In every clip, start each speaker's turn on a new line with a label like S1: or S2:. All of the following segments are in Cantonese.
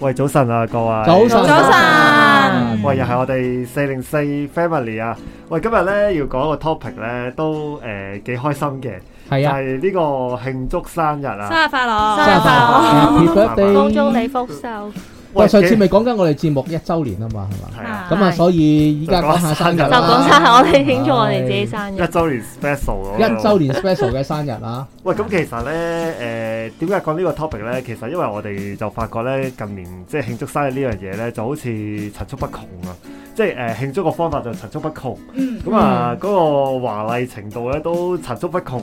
S1: 喂，早晨啊，各位。
S2: 早晨早
S3: 晨
S1: 喂，又係我哋四零四 family 啊！喂，今日咧要講個 topic 咧，都誒幾、開心嘅，
S2: 係
S1: 就
S2: 啊，
S1: 係呢個慶祝生日啊！
S3: 生日快樂！
S2: 生日快樂 h a p p y
S4: 恭
S2: birthday！
S4: 祝你福
S1: 嗯
S4: 壽。
S2: 喂，上次
S1: 幾
S2: 咪講緊我哋節目一週年啊嘛，係嘛？
S1: 係啊，
S2: 咁啊，
S4: 係
S2: 所以依家講下生日
S4: 就
S1: 就
S2: 啦
S4: 講
S1: 講
S4: 晒我哋慶祝我哋自己生
S1: 一
S4: 日。
S1: 週年 special
S2: 一
S1: 嗰個
S2: 週年 special 嘅生日啊！
S1: 喂，咁其實咧，誒點解講呢個 topic 咧？其實因為我哋就發覺咧，近年即係慶祝生日呢樣嘢咧，就好似層出不窮啊！即係誒、慶祝個方法就層出不窮，
S3: 嗯
S1: 咁啊嗰個華麗程度咧都層出不窮。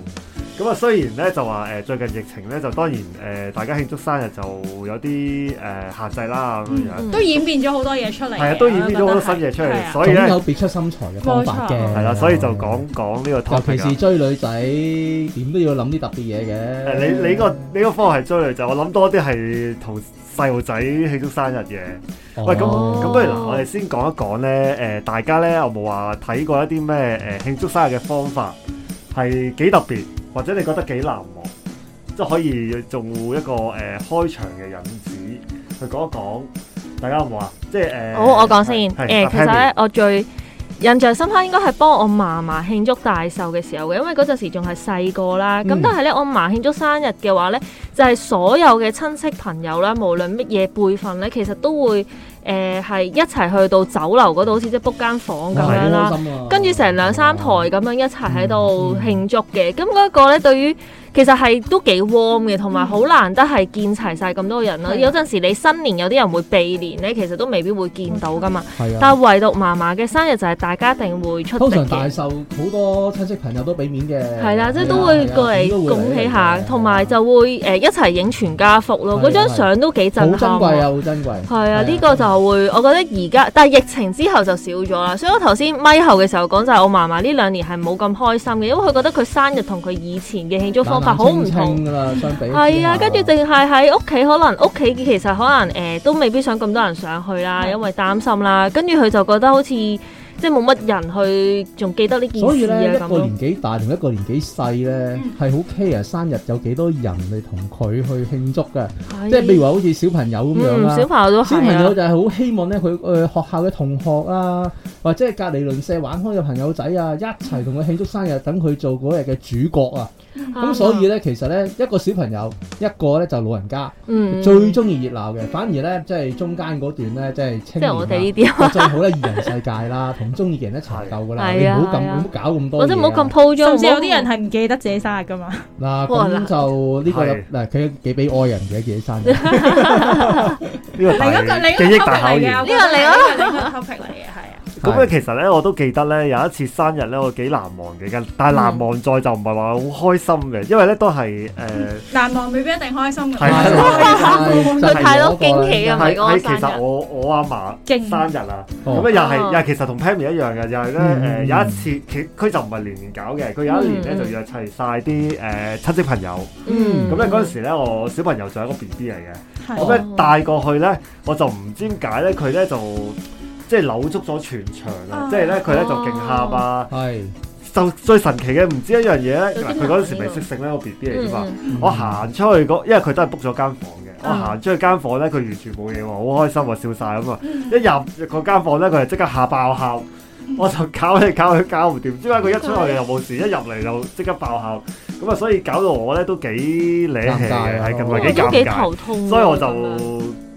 S1: 咁啊，雖然咧就話誒、呃最近疫情咧，就當然誒、呃大家慶祝生日就有啲誒、限制啦咁樣樣，
S3: 都演變咗好多嘢出嚟嘅，
S1: 係啊、都演變咗好多新嘢出
S3: 我覺得係
S1: 嚟，所以咧
S2: 總
S3: 嗯係啊啊
S2: 有別出心裁嘅方法嘅。
S3: 冇錯
S1: 係啦，所以就講講呢個
S2: 尤其
S1: topic 啊
S2: 是。追女仔，點都要諗啲特別嘢
S1: 誒
S2: 嘅。
S1: 你你個你個方向係追女仔，我諗多啲係同細路仔慶祝生日嘅。
S2: 哦
S1: 喂，咁咁不如嗱，我哋先講一講咧，誒、大家咧有冇話睇過一啲咩誒慶祝生日嘅方法係幾特別，或者你覺得幾難忘，即係可以做一個誒、開場嘅引子去講一講，大家有冇啊？即係誒，
S4: 好，我講先。
S1: 係
S4: 誒，其實咧，，我最印象深刻應該係幫我嫲嫲慶祝大壽嘅時候嘅，因為嗰陣時仲係細個啦。咁
S2: 嗯
S4: 但係咧，我嫲慶祝生日嘅話咧，就係所有嘅親戚朋友啦，無論乜嘢輩份咧，其實都會誒係一齊去到酒樓嗰度，好似即係 book 間房咁樣啦。跟住成兩三台咁樣一齊喺
S2: 嗯
S4: 度慶祝嘅，咁嗰一個咧對於其實係都幾 warm 嘅，同埋好難得係見齊晒咁多人啦。
S2: 嗯
S3: 係啊
S4: 有陣時你新年有啲人會避年咧，其實都未必會見到噶嘛。
S2: 係
S4: 但
S2: 啊，
S4: 係唯獨嫲嫲嘅生日就係大家一定會出
S2: 通
S4: 席
S2: 常大
S4: 嘅。
S2: 壽好多親戚朋友都俾面嘅。
S4: 係啦，即係
S2: 係
S4: 都
S2: 啊
S4: 會
S2: 係啊
S4: 過
S2: 點都
S4: 嚟
S2: 會
S4: 恭喜
S2: 嚟
S4: 下，
S2: 嘅
S4: 同埋就會誒一齊影全家福咯。
S2: 係啊
S4: 嗰張
S2: 係啊
S4: 相都幾
S2: 好珍
S4: 震撼
S2: 貴
S4: 喎
S2: 啊，好珍貴。
S4: 係啊，呢個就會，我覺得而家，但係疫情之後就少咗啦。所以我頭先咪後嘅時候講就係我嫲嫲呢兩年係冇咁開心嘅，因為佢覺得佢生日同佢以前嘅慶祝方法好唔同。
S2: 噶啦，相比
S4: 係啊，
S2: 之下
S4: 跟住淨係喺屋企，可能屋企其實可能誒、呃都未必想咁多人上去啦，因為擔心啦。跟住佢就覺得好似即係冇乜人去仲記得呢件
S2: 所以
S4: 事啊
S2: 咧，一個
S4: 咁咯。嗯
S2: 年紀大同一個年紀細咧，係好 care 生日有幾多人嚟同佢去慶祝嘅，即係譬如話好似小朋友咁樣
S4: 哎嗯，
S2: 啦
S4: 小。朋友都
S2: 小朋
S4: 係啊
S2: 友。就係好希望咧，佢誒、呃、學校嘅同學啊，或者係隔離鄰舍玩開嘅朋友仔啊，一齊同佢慶祝生日，等佢做嗰日嘅主角啊。咁所以咧，其實咧一個小朋友，一個咧就老人家，
S4: 嗯，
S2: 最中意熱鬧嘅。反而咧，即係中間嗰段咧，即係青
S4: 即
S2: 年
S4: 係我哋呢
S2: 啊，
S4: 啲啊，
S2: 就最好咧二人世界啦，同中意嘅人一齊鬥噶啦，
S4: 係
S2: 你唔
S4: 啊
S2: 好咁，
S4: 係啊
S2: 唔好搞咁多嘢啊。
S4: 或者唔好咁鋪張，
S3: 甚至有
S4: 唔
S3: 啲
S4: 好
S3: 人係唔記得自己生日噶嘛，
S2: 嗱，
S4: 哇
S2: 咁就呢個有
S1: 係
S2: 嗱，佢幾俾愛人嘅自己 生日，
S1: 呢個係記憶大考驗
S3: 另一個另一個 topic 嚟嘅，我。覺得係另一個 topic
S4: 呢個另
S3: 嚟嘅，係啊。
S1: 咁咧，其實咧，我都記得咧，有一次生日咧，我幾難忘嘅，但係難忘在就唔係話好開心嘅，因為咧都係誒
S3: 難忘未必一定開心
S1: 係啊
S3: 嘅，
S2: 係
S4: 佢太多驚喜啊！唔係
S1: 係
S4: 嗰個
S1: 係其
S4: 生
S1: 實
S4: 日，
S1: 我我阿嫲
S3: 勁
S1: 生日啊，
S2: 哦
S1: 咁咧又係
S4: 哦
S1: 又係其實同 Pammy 一樣嘅，又係咧誒
S2: 嗯
S1: 有一次其佢就唔係年年搞嘅，佢有一年咧
S4: 嗯
S1: 就約齊晒啲誒親戚朋友，
S4: 嗯，
S1: 咁咧嗰陣時咧我小朋友仲係一個 B B 嚟嘅。
S3: 係
S1: 咁咧帶過去咧，我就唔知點解咧，佢咧就即係扭足咗全場啊！
S3: 啊
S1: 即係咧佢咧就勁喊啊！
S2: 係
S1: 就最神奇嘅唔知一樣嘢咧，
S4: 有啲
S1: 嗱佢嗰陣時
S4: 難
S1: 未
S4: 呢個
S1: 識性咧個 B B 嚟
S4: 嗯
S1: 㗎嘛，
S4: 嗯
S2: 嗯
S1: 我行出去嗰，因為佢都係 book 咗間房嘅，我
S3: 嗯
S1: 行出去間房咧，佢完全冇嘢喎，好開心啊，笑晒咁啊！一入嗰間房咧，佢就即刻嚇爆喊。我就搞嚟搞去搞唔掂，點解佢一出去又冇事，一入嚟就即刻爆喊，咁啊所以搞到我咧都幾嗲氣
S2: 尷尬
S1: 嘅，
S2: 啊
S1: 係咁
S2: 我
S1: 啊
S4: 我
S1: 幾
S4: 都
S1: 尷
S4: 幾
S1: 尬。
S4: 頭痛，
S1: 所以我就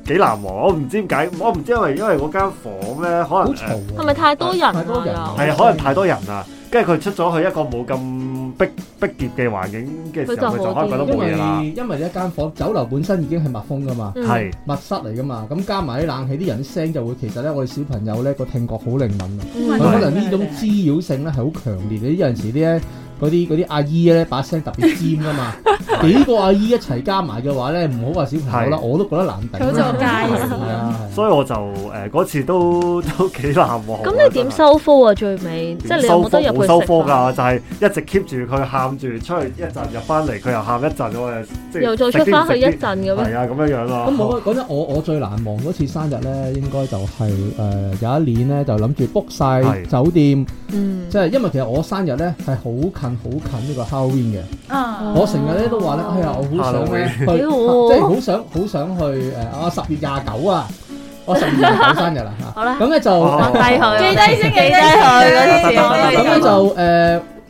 S1: 幾難忘。我唔知點解，我唔知因為因為嗰間房咧，可
S2: 好
S1: 能
S2: 嘈
S1: 誒
S2: 啊，
S4: 係咪太多人啊
S2: 太多人啊
S1: 係啊可能太多人啦，跟住佢出咗去一個冇咁逼逼仄嘅環境嘅時候，
S4: 佢
S1: 佢
S4: 就
S1: 就可
S4: 好
S1: 能覺得
S2: 因
S1: 冇嘢啦。
S2: 為因為一間房酒樓本身已經係密封噶嘛，
S4: 嗯
S1: 係，
S2: 密室嚟噶嘛，咁加埋啲冷氣，啲人啲聲就會其實咧，我哋小朋友咧個聽覺好靈敏啊，
S4: 嗯
S2: 佢
S3: 係
S2: 可能呢種滋擾性咧係好強烈嘅，有陣時啲咧嗰啲嗰啲阿姨咧把聲特別尖噶 嘛，幾個阿姨一齊加埋嘅話咧，唔好話小朋友啦，
S1: 係
S2: 我都覺得難頂
S3: 佢
S2: 啊。
S3: 就介
S2: 係
S3: 事。
S2: 啊，係啊
S1: 所以我就誒嗰次都 都幾難忘啊。
S4: 咁你
S1: 真
S4: 點
S1: 係？
S4: 收科啊？最尾即係你有冇得
S1: 點收科冇
S4: 入去
S1: 收
S4: 食
S1: 科
S4: 飯？
S1: 㗎，就係一直 keep 住佢喊住出去一陣，入翻嚟佢又喊一陣，我又即係
S4: 又再
S1: 食啲
S4: 出
S1: 唔
S4: 翻去
S1: 食
S4: 一
S1: 啲
S4: 陣咁樣，
S1: 係啊，咁樣樣咯。
S2: 咁我講真，我我最難忘嗰次生日咧，應該就係、呃誒、有一年咧就諗住 book 晒
S1: 係
S2: 酒店，
S4: 嗯
S2: 即，係因為其實我生日咧係好近好近呢個 Halloween 嘅。
S3: 嗯
S2: 我成日咧都話咧，哎呀，我好想咧去，即
S4: Halloween 幾好喎
S2: 係好想好想去誒啊！十月廿九啊，我十月廿九生日啦啊嚇。
S4: 好啦，
S2: 咁咧就
S1: 哦
S4: 記低佢，
S3: 記低先
S4: 記低佢嗰陣時，
S3: 記低
S2: 咁
S3: 先
S2: 咧呃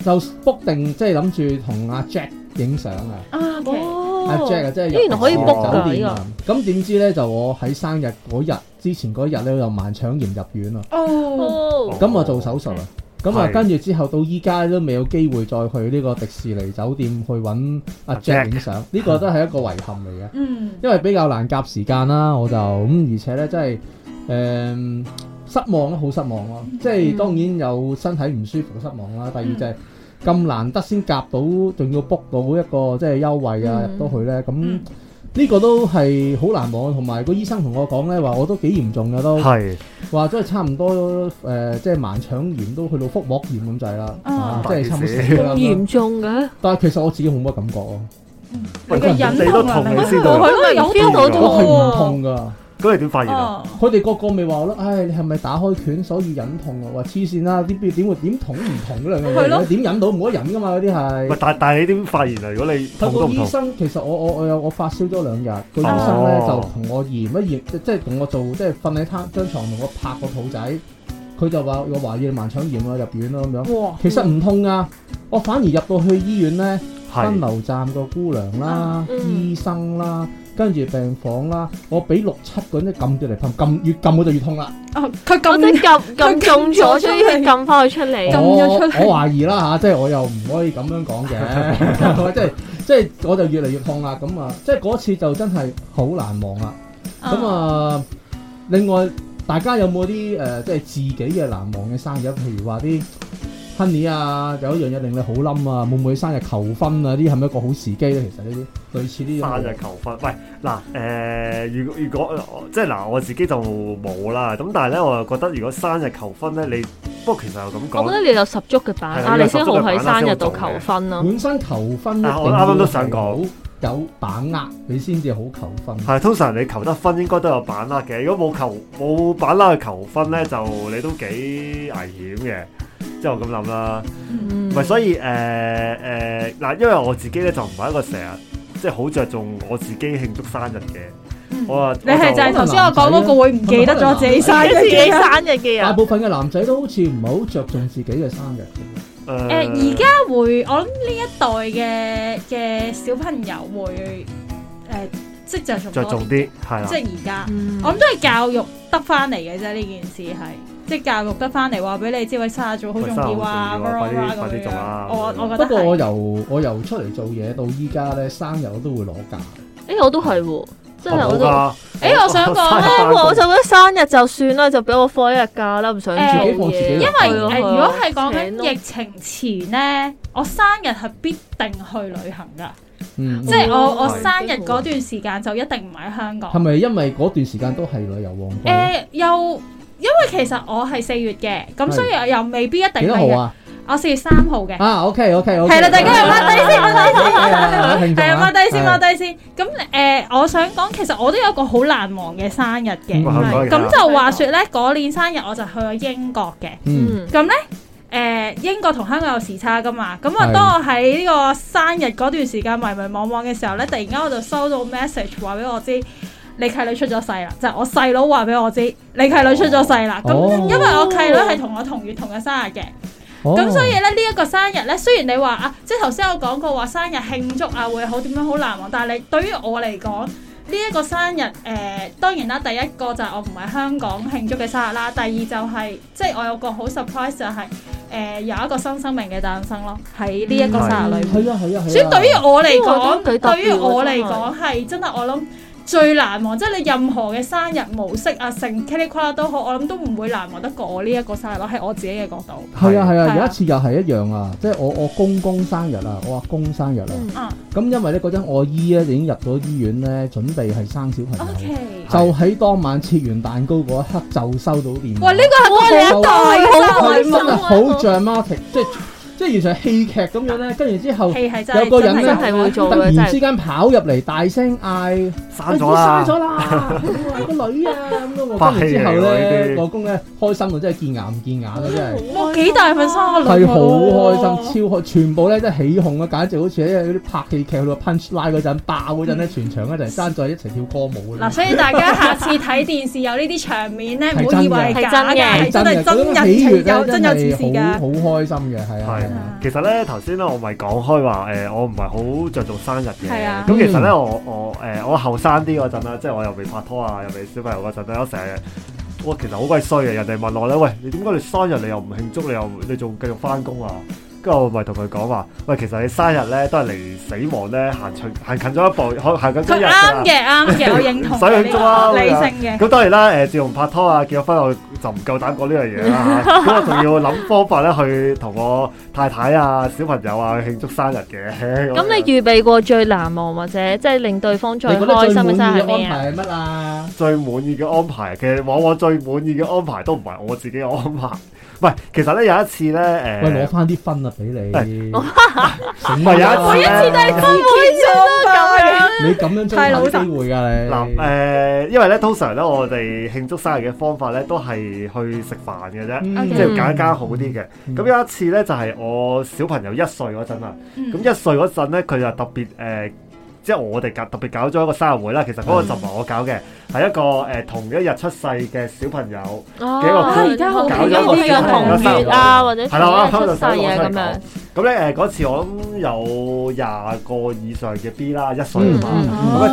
S2: 就誒就 book 定，即係諗住同阿 Jack 影相啊。
S3: 啊，OK，
S2: 阿 Jack
S4: 哦，
S2: 啊，即係
S4: 原來可以
S1: book 㗎
S2: 酒店啊。咁點知咧就我喺生日嗰日之前嗰日咧又盲腸炎入院啊，
S3: 哦，
S4: 哦，
S2: 咁我做手術啊。咁啊，
S1: 係
S2: 跟住之後到依家都未有機會再去呢個迪士尼酒店去揾阿
S1: 阿 Jack
S2: Jack 影相，呢個都係一個遺憾嚟嘅。
S3: 嗯，
S2: 因為比較難夾時間啦，我就咁，而且咧真係誒、失望咯，好失望咯。即係
S4: 嗯
S2: 當然有身體唔舒服嘅失望啦。第二
S3: 嗯
S2: 就係咁難得先夾到，仲要 book 到一個即係優惠啊，
S4: 嗯
S2: 入到去咧，咁
S3: 嗯
S2: 呢個都係好難忘。同埋個醫生同我講咧，話我都幾嚴重嘅都，
S1: 係
S2: 話真係差唔多誒、呃即係盲腸炎都去到腹膜炎咁滯啦，
S3: 啊
S2: 啊即係差唔多死㗎啦
S4: 咁。嚴重嘅，
S2: 但係其實我自己冇乜感覺啊咯，
S3: 你嘅忍
S1: 你都
S3: 痛
S1: 痛
S3: 啊，
S1: 你先
S4: 佢
S1: 到，
S4: 都有 feel 到
S1: 哦
S2: 我係唔痛
S4: 痛
S2: 㗎。
S1: 咁你點發現啊？
S3: 哦，
S2: 佢哋個個咪話咯，唉，你係咪打開拳所以忍痛啊？話黐線啦，啲邊點會點捅唔捅嗰兩樣
S3: 係
S2: 嘢
S3: 咯
S2: 咧？點忍到冇得忍噶嘛？嗰啲
S1: 喂
S2: 係。
S1: 但但係你點發現啊？如果你痛
S2: 佢
S1: 都
S2: 個
S1: 唔
S2: 醫
S1: 痛，
S2: 生其實我我我有我發燒咗兩日，個醫生咧就
S1: 哦
S2: 同我驗一驗，即即係同我做即係瞓喺攤張床同我拍個肚仔，佢就話我懷疑你盲腸炎啊，入院咯咁樣。
S3: 哇，
S2: 其實唔痛啊，我反而入到去醫院咧。分
S1: 係
S2: 流站個姑娘啦、
S3: 啊
S4: 嗯
S2: 醫生啦，跟住病房啦，我俾六七個人撳住嚟噴，撳越撳我就越痛啦。
S3: 哦，佢
S4: 我即係
S3: 咁，
S4: 撳撳中咗，所以佢撳翻佢出
S2: 我
S4: 嚟。
S3: 咗出嚟
S2: 哦我懷疑啦嚇，即係我又唔可以咁樣講 嘅，即係即係我就越嚟越痛啦。咁啊，即係嗰次就真係好難忘啦。咁啊，另外大家有冇啲誒即係自己嘅難忘嘅生日？譬如話啲 honey 啊，有一樣嘢令你好冧啊，會唔會生日求婚啊？呢啲係咪一個好時機咧？其實呢啲類似呢
S1: 生
S2: 種
S1: 日求婚。喂，嗱，誒，如如果即係嗱，我自己就冇啦。咁但係咧，我又覺得如果生日求婚咧，你不過其實又咁
S4: 我覺
S1: 講，
S4: 得你有十足嘅把
S1: 係
S4: 握，
S1: 啊
S4: 你先好喺生日度求婚咯。
S2: 本身求婚一定
S1: 啊我啱啱都想
S2: 要
S1: 講
S2: 好有把握，你先至好求婚。
S1: 係通常你求得婚應該都有把握嘅。如果冇求冇把握去求婚咧，就你都幾危險嘅。即係我咁諗啦。
S4: 嗯
S1: 唔係，所以誒誒嗱，因為我自己咧就唔係一個成日即係好着重我自己慶祝生日嘅。我話
S3: 嗯你係就係頭先我講嗰個會唔記得咗自己生日
S4: 自己
S3: 嘅
S4: 生日嘅
S2: 大
S4: 人，
S2: 部分嘅男仔都好似唔係好着重自己嘅生日，
S1: 誒
S3: 誒而家會，我諗呢一代嘅嘅小朋友會誒，即着重
S1: 着
S3: 多
S1: 重
S3: 啲，
S1: 啲係啦
S3: 即。係而家。
S4: 嗯
S3: 我諗都係教育得翻嚟嘅啫，呢件事係即係教育得翻嚟，話俾你知，喂，生日做好重要啊，
S1: 喂生日好重要啊
S3: blah blah blah
S1: 快啲快啲
S3: 咁樣
S1: 做啊
S3: 我我覺
S2: 不
S3: 得
S2: 過
S3: 係
S2: 我由我由出嚟做嘢到依家咧，生日我都會攞假。
S4: 誒我都係喎，真係我都。
S1: 㗎。
S3: 誒我 想講咧
S4: 啊我就覺得生日就算啦，就俾我放一日假啦，唔想做
S3: 誒
S2: 自己放自己
S4: 嘢。
S2: 因
S3: 因
S2: 為
S3: 為
S4: 係咯
S3: 誒，如果係講
S4: 請咯
S3: 緊疫情前咧，我生日係必定去旅行㗎，
S2: 嗯，
S3: 即係我
S4: 嗯
S3: 我
S4: 係
S3: 生日嗰段時間就一定唔喺香港
S2: 係。咪因為嗰段時間都係旅遊旺季？啊
S3: 誒又因為其實我係四月嘅，咁
S2: 係
S3: 所以又未必一定
S2: 幾多號
S3: 係。
S2: 啊？
S3: 我四月三號嘅。
S2: 啊，OK OK OK。
S3: 係啦，大家
S2: 係
S3: 係掹低先，掹低
S2: 啊，
S3: 先。
S2: 聽眾
S3: 係
S2: 啊
S3: 啊，踎低先，踎低先。咁誒、呃我想講，其實我都有個好難忘嘅生日嘅。
S2: 嗯
S1: 係
S3: 咁就話説咧，嗰年生日我就去咗英國嘅。
S2: 嗯，
S4: 嗯
S3: 咁咧誒，英國同香港有時差噶嘛。咁
S2: 係
S3: 我當我喺呢個生日嗰段時間迷迷惘惘嘅時候咧，突然間我就收到 message 話俾我知。你契女出咗世啦，就係我細佬話俾我知，你契女出咗世啦。咁、
S2: 哦
S3: 因為我契女係同我同月同日生日嘅，
S2: 哦
S3: 咁所以
S2: 啊
S3: 咧呢一、個生日咧，雖然你話啊，即係頭先我講過話生日慶祝啊會好點樣好難忘，但係你對於我嚟講，呢、一個生日誒、呃、當然啦，第一個就係我唔係香港慶祝嘅生日啦，第二就係、即係我有個好 surprise 就係、誒、有一個
S4: 嗯
S3: 新生命嘅誕生咯，喺呢一個生日裏面。
S2: 係啊係啊係啊。
S3: 所以對於我嚟
S4: 呢個都幾
S3: 講，
S4: 特別喎
S3: 對於我嚟講係真係我諗最難忘，即係你任何嘅生日模式啊，成 k i t 啦都好，我諗都唔會難忘得過我呢一個生日咯，喺我自己嘅角度。
S2: 係啊係
S3: 係
S2: 啊，
S3: 啊
S2: 有一次又係一樣啊，即係我我公公生日啊，我阿公生日啊。
S4: 嗯
S3: 啊
S2: 咁因為咧嗰陣我姨咧已經入咗醫院咧，準備係生小朋友。
S3: ，OK。
S2: 就喺當晚切完蛋糕嗰一刻就收到電話。
S3: 哇！呢個係我哋一代
S4: 哇
S3: 嘅
S4: 好
S3: 生
S4: 開
S2: 佢真
S3: 日
S4: 心
S2: 係
S4: 啊
S2: 好 dramatic，即係即係係完全係戲劇咁樣咧，跟住之後
S3: 戲係真
S2: 有個人
S3: 真
S2: 咧
S4: 真係會做
S2: 突
S4: 嘅，真
S2: 然之
S4: 係
S2: 間跑入嚟，大聲嗌。
S1: 刪咗啦
S2: 哎，生咗啦，哎個女啊咁 樣喎。
S1: 拍戲
S2: 跟住之後
S1: 嚟喎呢
S2: 咧，
S1: 啲
S2: 老公咧開心到真係見牙唔見眼啦，真 係。
S3: 哇，幾大份生個女
S2: 係
S3: 喎
S2: 好開心，超開，全部咧都起哄啊！簡直好似咧嗰啲拍戲劇度 punch line 嗰陣爆嗰陣咧，全場一齊爭在一齊跳歌舞嗰
S3: 嗱，
S2: 啲。
S3: 所以大家下次睇電視有呢啲場面咧，唔
S2: 係
S3: 好
S2: 真
S3: 以為係
S4: 嘅
S3: 假㗎，係
S4: 係
S3: 真係真
S2: 嗰種
S3: 人
S2: 喜悅
S3: 情
S2: 咧
S3: 有真有
S2: 係
S3: 此事
S2: 好
S3: 㗎。
S2: 好開心嘅，係
S1: 係
S2: 啊係啊。
S1: 其實咧，頭先咧，我咪講開話誒，我唔係好着重生日嘅。
S3: 係啊
S1: 咁其實咧，我我誒我後生啲嗰陣啦，即係我又未拍拖啊，又未小朋友嗰陣咧，我成日我其實好鬼衰嘅。啊人哋問我咧，喂，你點解你生日你又唔慶祝，你又你仲繼續翻工啊？跟住我咪同佢講話，喂，其實你生日咧都係離死亡咧行近行近咗一步，可行近咗一
S3: 佢
S1: 日
S3: 啱
S1: 㗎。
S3: 嘅，啱嘅，我認同
S1: 唔使
S3: 嘅
S1: 慶祝啊
S3: 呢個理性 嘅。
S1: 咁當然啦，誒、自從拍拖啊、結咗婚，我就唔夠膽講呢樣嘢 啦。咁啊我仲要諗方法咧，去同我太太啊、小朋友啊去慶祝生日嘅。
S4: 咁你預備過最難忘或者即係令對方最
S2: 你覺得
S4: 開
S2: 最
S4: 心
S2: 滿
S4: 嘅
S2: 意
S4: 生日係
S2: 嘅
S4: 咩
S2: 安
S4: 啊？
S2: 排係乜啊？
S1: 最滿意嘅安排，其實往往最滿意嘅安排都唔係我自己嘅安排。 唔係，其實咧有一次咧，誒、
S2: 喂，攞翻啲分啊，俾你。
S1: 唔
S2: 唔
S1: 係有一次咧。
S2: 你咁樣真係有機會㗎你。
S1: 嗱誒、因為咧通常咧我哋慶祝生日嘅方法咧都係去食飯嘅啫，
S2: 嗯
S1: 即係揀一間好啲嘅。
S2: 嗯
S1: 咁有一次咧就係、我小朋友一歲嗰陣啊，
S2: 嗯
S1: 咁一歲嗰陣咧佢就特別誒。呃即係我哋搞特別搞咗一個生日會啦，其實嗰個就唔係我搞嘅，係一個誒、同一日出世嘅小朋友，
S4: 哦
S1: 幾個
S3: 啊而家好
S4: 搞
S1: 興
S4: 咗
S1: 嗰啲
S4: 啲嘅
S1: 同
S4: 同月啊，或者
S1: 係啦我啱啱
S4: 出
S1: 就
S4: 世
S1: 想
S4: 啊咁
S1: 講
S4: 樣。
S1: 咁咧誒嗰次我諗有廿個以上嘅 B 啦，一歲啊嘛。
S2: 嗯嗯
S1: 咁咧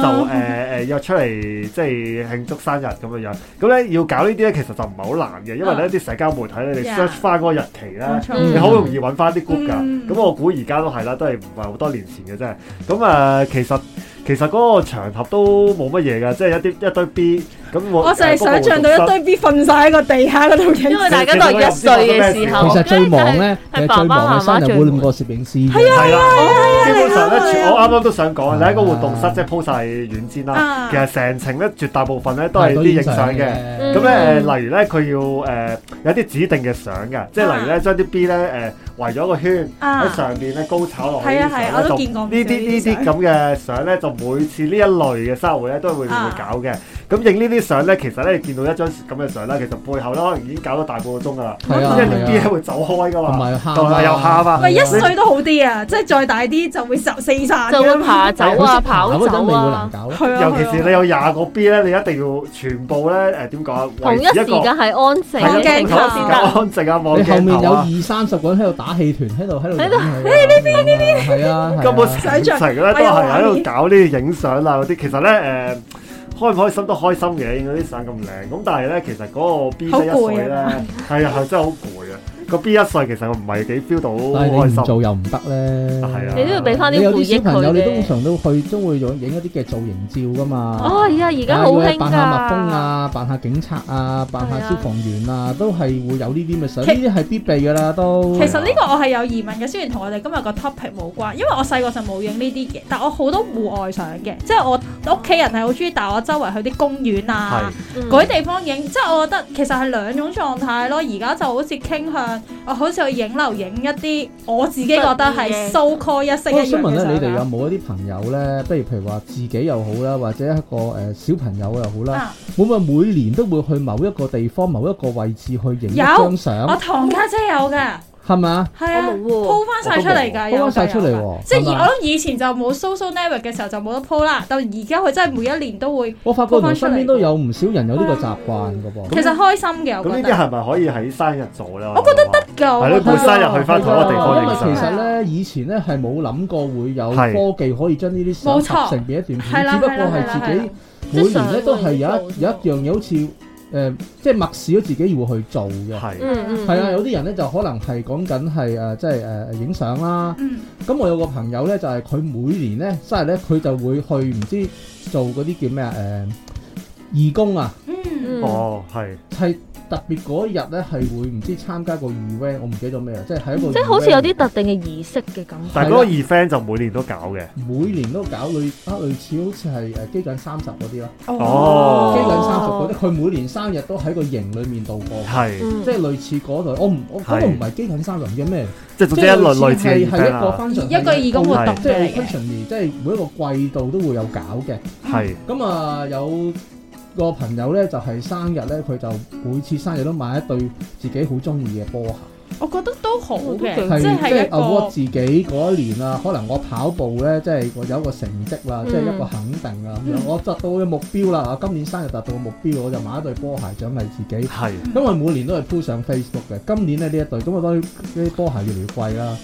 S1: 就誒誒約出嚟即係慶祝生日咁樣樣，咁咧要搞呢啲咧其實就唔係好難嘅，因為咧啲社交媒體咧你
S3: Yeah
S1: search 翻嗰個日期咧
S3: 冇，錯
S4: 嗯
S1: 你好容易揾翻啲 group
S3: 嗯
S1: 㗎。咁我估而家都係啦，都係唔係好多年前嘅啫。咁誒其實其實嗰個場合都冇乜嘢㗎，即係一啲一堆 B 咁我
S3: 我就係想像到一
S1: 誒
S3: 堆 B 瞓晒喺個地下嗰度嘅，
S4: 因為大家都係一歲嘅時
S2: 其
S4: 候，
S2: 實最忙咧，其
S4: 係
S2: 實最忙嘅生日會
S4: 最
S2: 唔過攝影師。係啊，
S1: 係啦，哦基本上咧，全我啱啱都想講，
S2: 啊
S1: 你喺個活動室即係鋪晒軟氈啦
S3: 啊，
S1: 其實成程咧絕大部分咧都係啲影相嘅。咁
S4: 嗯
S1: 咧誒，例如咧，佢要誒、呃有啲指定嘅相嘅，即係例如咧，將啲 B 咧誒圍咗個圈
S3: 啊
S1: 喺上邊咧高炒落去
S3: 係
S1: 啲相咧。
S3: 啊係我都
S1: 就
S3: 見過唔
S1: 呢啲
S3: 少呢
S1: 呢
S3: 啲相
S1: 啲咁嘅相咧，就每次呢一類嘅生日會咧都會會
S3: 啊
S1: 搞嘅。咁影呢啲相咧，其實咧見到一張咁嘅相啦，其實背後咧可能已經搞咗大半個鐘噶啦，
S2: 係
S1: 因
S2: 啊
S1: 為啲 B
S2: 係啊
S1: 咧會走開噶
S2: 同
S1: 嘛，
S2: 埋又喊
S1: 同埋又喊啊
S3: 喂，一
S1: 你
S3: 歲都好啲啊，即係再大啲就會受四散
S4: 就會爬走啊、跑
S2: 嗰陣
S4: 走
S2: 咪會難
S4: 啊，
S2: 搞咯。
S3: 係啊，
S1: 尤其是你有廿個 B 咧，你一定要全部咧誒點講啊？
S4: 同一
S1: 維持
S4: 時
S1: 一個
S4: 間係安靜
S1: 係
S4: 嘅
S1: 啊
S4: 情
S1: 同一
S4: 況
S1: 時間
S4: 先得。
S1: 安靜啊，望
S2: 你後
S1: 鏡
S2: 面
S1: 頭
S2: 有
S1: 啊，
S2: 二三十個人喺度打氣團，喺度喺度。
S4: 喺度
S2: 呢邊呢邊。係啊，係啊
S1: 根本成程咧都係喺度搞呢啲影相啊嗰啲。其實咧誒，開唔開心都開心嘅，影到啲相咁靚。咁但係咧，其實嗰個 B
S3: 好
S1: 仔一
S3: 攰
S1: 歲咧
S3: 啊，
S1: 係啊係真係好攰啊！個 B 一歲其實唔係幾 feel 到
S2: 但係
S1: 開
S2: 你唔
S1: 心。
S2: 做又唔得咧。
S1: 係啊
S4: 你都要俾翻
S2: 你
S4: 啲
S2: 有
S4: 回
S2: 啲
S4: 憶
S2: 小朋
S4: 佢
S2: 友，你通
S4: 哋。
S2: 常都去都會影影一啲嘅造型照噶嘛。
S4: 哦，而家而家好興
S2: 扮下蜜蜂
S4: 㗎，
S2: 啊，扮下警察啊，扮下
S4: 係啊
S2: 消防員啊，都係會有呢啲嘅相，呢
S3: 其
S2: 啲係必備噶啦都。
S3: 其實呢個我係有疑問嘅，雖然同我哋今日個 topic 冇關，因為我細個就冇影呢啲嘢，但我好多戶外相嘅，即係我屋企人係好中意帶我周圍去啲公園
S1: 係
S3: 啊，
S4: 嗯
S3: 嗰啲地方影，即係我覺得其實係兩種狀態咯。而家就好似傾向，我好似去影樓影一啲我自己覺得係 so call 一式
S2: 我
S3: 一樣
S2: 想問
S3: 嘅
S2: 咧，
S3: 相
S2: 你哋有
S3: 啊。
S2: 冇一啲朋友咧，不如譬如話自己又好啦，或者一個誒小朋友又好啦，
S3: 啊
S2: 會唔會每年都會去某一個地方、某一個位置去影一
S3: 有
S2: 張
S3: 我
S2: 相，
S3: 堂啊家姐有嘅，
S2: 係咪啊？
S3: 係啊
S4: 我，冇喎
S3: 鋪翻晒出嚟㗎，
S2: 我都冇
S3: 有
S2: 鋪返晒出嚟喎
S3: 㗎有㗎即
S2: 係
S3: 係
S2: 啊
S3: 以
S2: 嘛
S3: 我諗以前就冇 social network 嘅時候就冇得鋪啦，到而家佢真係每一年都會，
S2: 我發覺
S3: 鋪
S2: 同
S3: 返出
S2: 身
S3: 嚟嗯
S2: 邊都有唔少人有呢個習慣嘅
S3: 其
S2: 噃。
S3: 實開心嘅，
S1: 咁
S3: 我覺
S1: 呢啲
S3: 得。
S1: 係咪可以喺生日做咧？
S3: 啊我覺得得㗎，我
S1: 係
S3: 覺
S1: 咯
S3: 得
S1: 每生日去返同一個地方
S2: 啊因為
S1: 影相
S2: 其實咧，以前咧係冇諗過會有
S1: 係
S2: 科技可以將呢啲相
S3: 冇錯
S2: 合成變一段
S3: 係
S2: 片，
S3: 啦
S2: 只不過
S3: 係啦係啦
S2: 係自
S3: 係啦
S2: 己。每年咧
S4: 即係
S2: 都係有
S4: 上會
S2: 一有一樣嘢好似誒、呃即係默示咗自己要去做嘅。
S1: 係
S4: 嗯嗯，
S2: 係啊，有啲人咧就可能係講緊係誒，即係誒影相啦。
S3: 嗯，
S2: 咁我有個朋友咧，就係、佢每年咧生日咧，佢就會去唔知呃做嗰啲叫咩啊誒義工啊，
S3: 嗯，
S4: 嗯
S1: 哦係
S2: 係特別嗰日咧係會唔知參加個 event，我唔記得咗咩啦，啊即係喺一個
S4: 嗯即係好似有
S2: event
S4: 啲特定嘅儀式嘅感覺。
S1: 但係嗰個 event 就每年都搞嘅，
S2: 每年都搞類啊類似好似係呃誒機長三十嗰啲啦，
S1: 哦
S2: 機長三十嗰啲，佢每年生日都喺個營裡面度過。
S1: 係
S4: 嗯
S2: 即係類似嗰類，我唔我嗰個
S1: 係
S2: 唔係機緊三人嘅咩，
S1: 即係總之一類類似
S2: 係
S1: 嘅
S2: 係一
S1: event 啊
S2: 個
S1: 啦，
S2: 翻上
S3: 一個義工活動
S2: 即係
S3: 嚟
S2: c u
S3: 嘅
S2: s t i o n 即係每一個季度都會有搞嘅。
S1: 係
S2: 咁啊有個朋友咧就係生日咧，佢就每次生日都買一對自己好中意嘅波鞋，
S3: 我覺得都好嘅，
S4: 我都
S2: 係
S3: 即
S2: 即
S3: 係一
S2: 係 award
S3: 個哦
S2: 自己嗰一年啊，可能我跑步咧即係我有一個成績啦，
S4: 嗯
S2: 即係一個肯定啊咁樣，
S3: 嗯
S2: 我達到嘅目標啦，啊今年生日達到嘅目標，我就買一對波鞋獎勵自己。
S1: 係
S2: 因為每年都係 p 上 Facebook 嘅，今年咧呢一對，咁我當然啲波鞋越嚟越貴啦，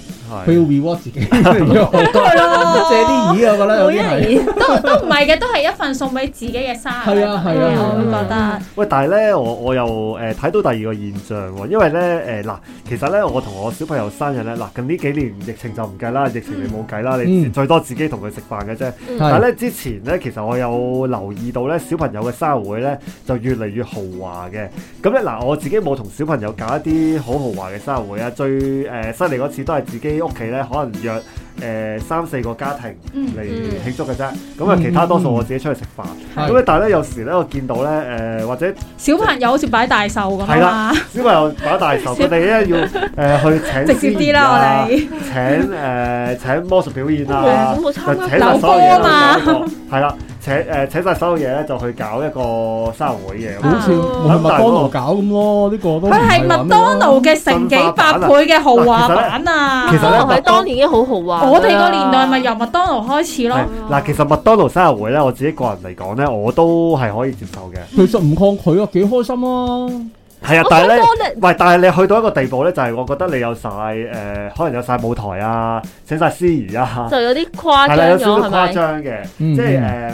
S2: 佢要
S1: 係
S2: reward 自己，要好多
S3: 咯
S2: 借啲椅啊，我覺得有啲
S4: 哦
S2: 係。
S3: 都都唔係嘅，都係一份送俾自己嘅生日禮物。
S2: 係啊係
S1: 啊
S3: 我會覺
S4: 係啊
S3: 得
S1: 喂，但係咧，我我又誒睇到第二個現象喎，因為咧誒嗱，其實咧我同我小朋友生日咧嗱，近呢幾年疫情就唔計啦，疫情你冇計啦，你
S2: 嗯
S1: 最多自己同佢食飯嘅啫。但係
S2: 係
S1: 咧之前咧，其實我有留意到咧，小朋友嘅生日會咧就越嚟越豪華嘅。咁咧嗱，我自己冇同小朋友搞一啲好豪華嘅生日會啊。最誒犀利嗰次都係自己屋企咧，可能約誒、呃三四個家庭
S3: 嗯
S1: 嚟
S4: 嗯
S1: 慶祝嘅啫。咁啊、其他多數我自己出去食飯。
S2: 係
S1: 咁咧，但係咧有時咧，我見到咧誒、呃或者
S3: 小朋友好似擺大壽咁
S1: 係
S3: 啊
S1: 啦
S3: 嘛，
S1: 小朋友打大 壽，佢哋咧要誒、呃去請
S3: 直接啲
S1: 司儀
S3: 啦
S1: 啊
S3: 我哋。
S1: 請誒、呃、請魔術表演 啊
S4: 哇，我冇
S1: 就
S4: 參
S1: 請
S4: 加
S1: 晒
S3: 晒
S1: 所有嘢
S3: 扭波啊嘛
S1: 都係啦，請誒請曬所有嘢咧就去搞一個生日會
S3: 啊
S1: 嘅咁
S2: 好
S1: 樣。
S2: 似麥當勞搞咁咯，呢個都唔
S3: 佢係啊
S2: 話
S3: 麥
S2: 咩啊
S3: 當
S2: 咯
S3: 勞嘅成幾百倍嘅豪華版啊！
S1: 其實呢
S4: 可能喺當年已經好豪華㗎啦。
S3: 我哋個年代咪由麥當勞開始
S1: 係
S3: 咯，
S1: 嗱，其實麥當勞生日會咧，我自己個人嚟講咧，我都係可以接受嘅。
S2: 其實唔抗拒啊，幾開心啊！
S1: 係啊
S4: 我，
S1: 但係咧
S4: 想。講你
S1: 喂，但係你去到一個地步咧，就係、我覺得你有晒誒、可能有晒舞台啊，請晒司儀啊，
S4: 就有啲誇
S1: 係啦，有
S4: 張
S1: 少少
S4: 咗係
S1: 誇
S4: 咪？
S1: 張嘅，
S2: 嗯
S1: 即係誒、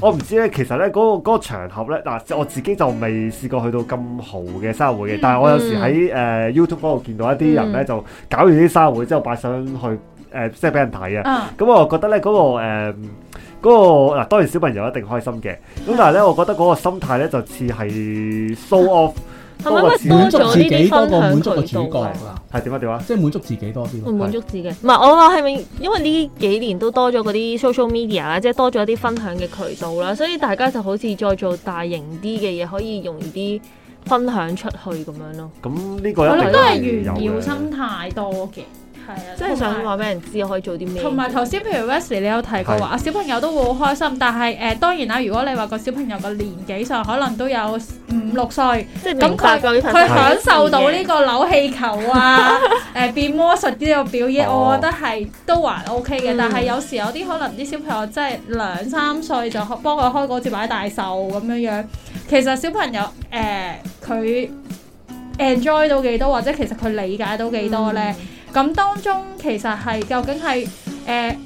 S1: 我唔知咧，其實咧嗰、個嗰、個場合咧，嗱，我自己就未試過去到咁豪嘅生日會嘅，但係我有時喺誒、YouTube 嗰度見到一啲人咧，
S4: 嗯
S1: 就搞完啲生日會之後擺上去誒、即係俾人睇
S4: 啊
S1: 嘅。
S3: 嗯，
S1: 咁我覺得咧嗰、個誒嗰、個嗱，當然小朋友一定開心嘅，咁但係咧，我覺得嗰個心態咧就似係 show off
S4: 係咪
S1: 多過似
S4: 多
S2: 滿足
S4: 咗
S2: 自
S4: 呢
S2: 己
S4: 啲
S2: 多過滿
S4: 分
S2: 足個
S4: 享
S2: 主
S4: 渠道
S2: 角
S4: 啊？
S2: 啦，
S1: 係點啊點啊？
S2: 即係滿足自己多啲
S4: 會
S2: 咯。
S4: 嗯滿足自己，唔係我話係咪因為呢幾年都多咗嗰啲 social media 啦，即係多咗一啲分享嘅渠道啦，所以大家就好似再做大型啲嘅嘢，可以容易啲分享出去咁樣咯。
S1: 咁呢個
S3: 我
S1: 一
S3: 諗
S1: 定
S3: 都係
S1: 有
S3: 炫耀
S1: 嘅
S3: 心態多嘅，係啊，
S4: 即係
S3: 同
S4: 想
S3: 埋
S4: 話俾人知我可以做啲咩。
S3: 同埋頭先，譬如 Wesley 你有提過
S1: 係
S3: 話啊小朋友都會好開心，但係誒、呃、當然啦，如果你話個小朋友個年紀上可能都有五六歲，
S4: 即係
S3: 咁佢
S4: 明白究竟發生
S3: 佢
S4: 咩
S3: 享受到
S4: 事
S3: 呢
S4: 嘅
S3: 個扭氣球 啊、誒、變魔術呢個表演，
S1: 哦
S3: 我覺得係都還 OK 嘅。
S4: 嗯
S3: 但係有時有啲可能啲小朋友真係兩三歲就學幫佢開嗰次擺大壽咁樣樣，其實小朋友誒佢。enjoy 到幾多，或者其實佢理解到幾多呢？咁當中其實係究竟係誒、呃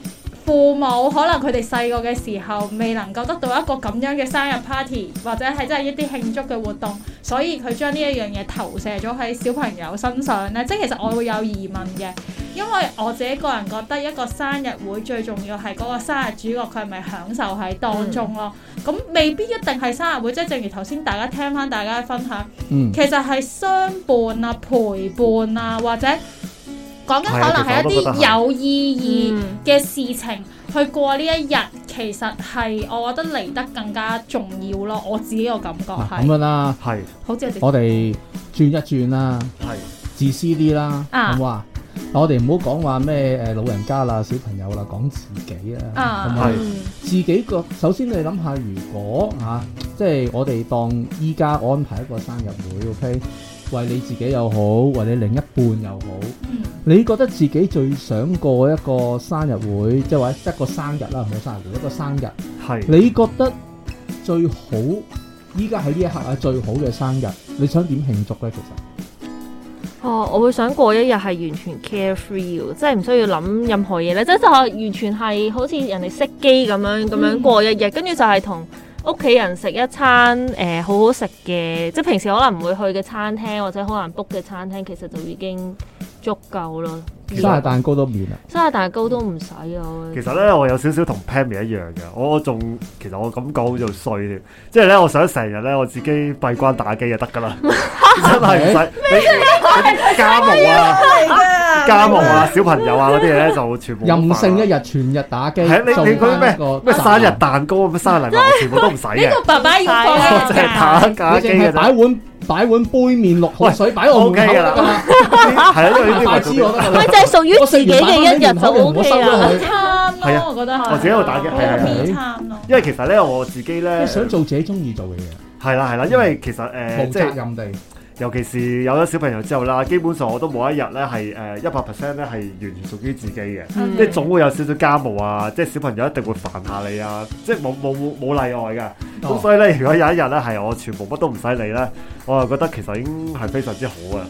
S3: 父母可能佢哋細個嘅時候未能夠得到一個咁樣嘅生日 party，或者係真係一啲慶祝嘅活動，所以佢將呢一樣嘢投射咗喺小朋友身上咧。即係其實我會有疑問嘅，因為我自己個人覺得一個生日會最重要係嗰個生日主角佢係咪享受喺當中咯。咁、未必一定係生日會，即係正如頭先大家聽翻大家嘅分享。
S2: 嗯，
S3: 其實係相伴啊、陪伴啊，或者講緊
S2: 啊
S3: 可能係一啲有意
S4: 嗯
S3: 義嘅事情去過呢一日，其實係我覺得嚟得更加重要咯。我自己個感覺
S2: 嗱啊咁
S3: 係，
S2: 樣啦，
S1: 係
S3: 好似有隻
S2: 我哋轉一轉啦。
S1: 係。
S2: 自私啲啦，
S3: 啊
S2: 好唔好啊？我哋唔好講話咩誒老人家啦、小朋友啦，講自己啊，
S3: 啊
S2: 好唔好啊
S1: 係
S4: 嗯
S2: 自己個首先你諗下，如果嚇、啊即係我哋當依家安排一個生日會，OK，為你自己又好，為你另一半又好，
S3: 嗯
S2: 你覺得自己最想過一個生日會，即係或者一個生日啦，唔好生日會，一個生日，
S1: 係
S2: 你覺得最好依家喺呢一刻啊最好嘅生日，你想點慶祝呢？其實？
S4: 哦，我會想過一日係完全 carefree 嘅，即係唔需要諗任何嘢咧，即係就係完全係好似人哋熄機咁樣咁樣
S3: 嗯
S4: 過一日，跟住就係同屋企人食一餐誒、呃好好食嘅，即係平時可能唔會去嘅餐廳或者好難 book 嘅餐廳，其實就已經足夠咯。
S2: 生日蛋糕都免啊！
S4: 生日蛋糕都唔使啊！我
S1: 其實咧，我有少少同 Pammy 一樣嘅，我我仲其實我咁講好似衰添，即係咧，我想成日咧我自己閉關打機就得 㗎啦，真係唔使你家務啊、家務啊、小朋友啊嗰啲嘢咧就全部啊
S2: 任性一日全日打機，
S1: 係啊！你你嗰啲咩咩生日蛋糕啊咩生日禮物，我全部都唔使嘅
S3: 呢，個啊爸爸要放
S1: 我
S3: 嘅
S1: 淨係打打
S2: 你
S1: 機
S2: 淨係
S1: 嘅
S2: 擺
S1: 啫。
S2: 碗擺碗杯麵六
S1: 喂
S2: 號水擺我
S1: O
S2: 門
S1: K
S2: 口
S1: 㗎
S2: 得㗎
S1: 啦
S2: 啦，，
S1: 係啊，因為呢啲
S2: 快
S1: 我
S2: 知我
S1: 做
S2: 得
S1: 到
S2: 㗎
S4: 咪就係屬於自己嘅一日就 O K 啦。
S3: 貪
S1: 係啊
S3: 咯，我覺得係
S1: 我自己喺度打嘅係
S2: 係啊係
S3: 我貪咯。
S1: 因為其實咧我自己咧
S2: 即係想做自己中意做嘅嘢，
S1: 係啦係啦，因為其實誒
S2: 無
S1: 即係
S2: 責。任地。
S1: 尤其是有咗小朋友之後啦，基本上我都冇一日咧係誒一百 percent 咧係完全屬於自己嘅，
S3: 嗯
S1: 即係總會有少少家務啊，即係小朋友一定會煩下你啊，即係冇冇冇冇例外㗎。咁、
S2: 哦
S1: 所以咧，如果有一日咧係我全部乜都唔使理咧，我就覺得其實已經係非常之好啊。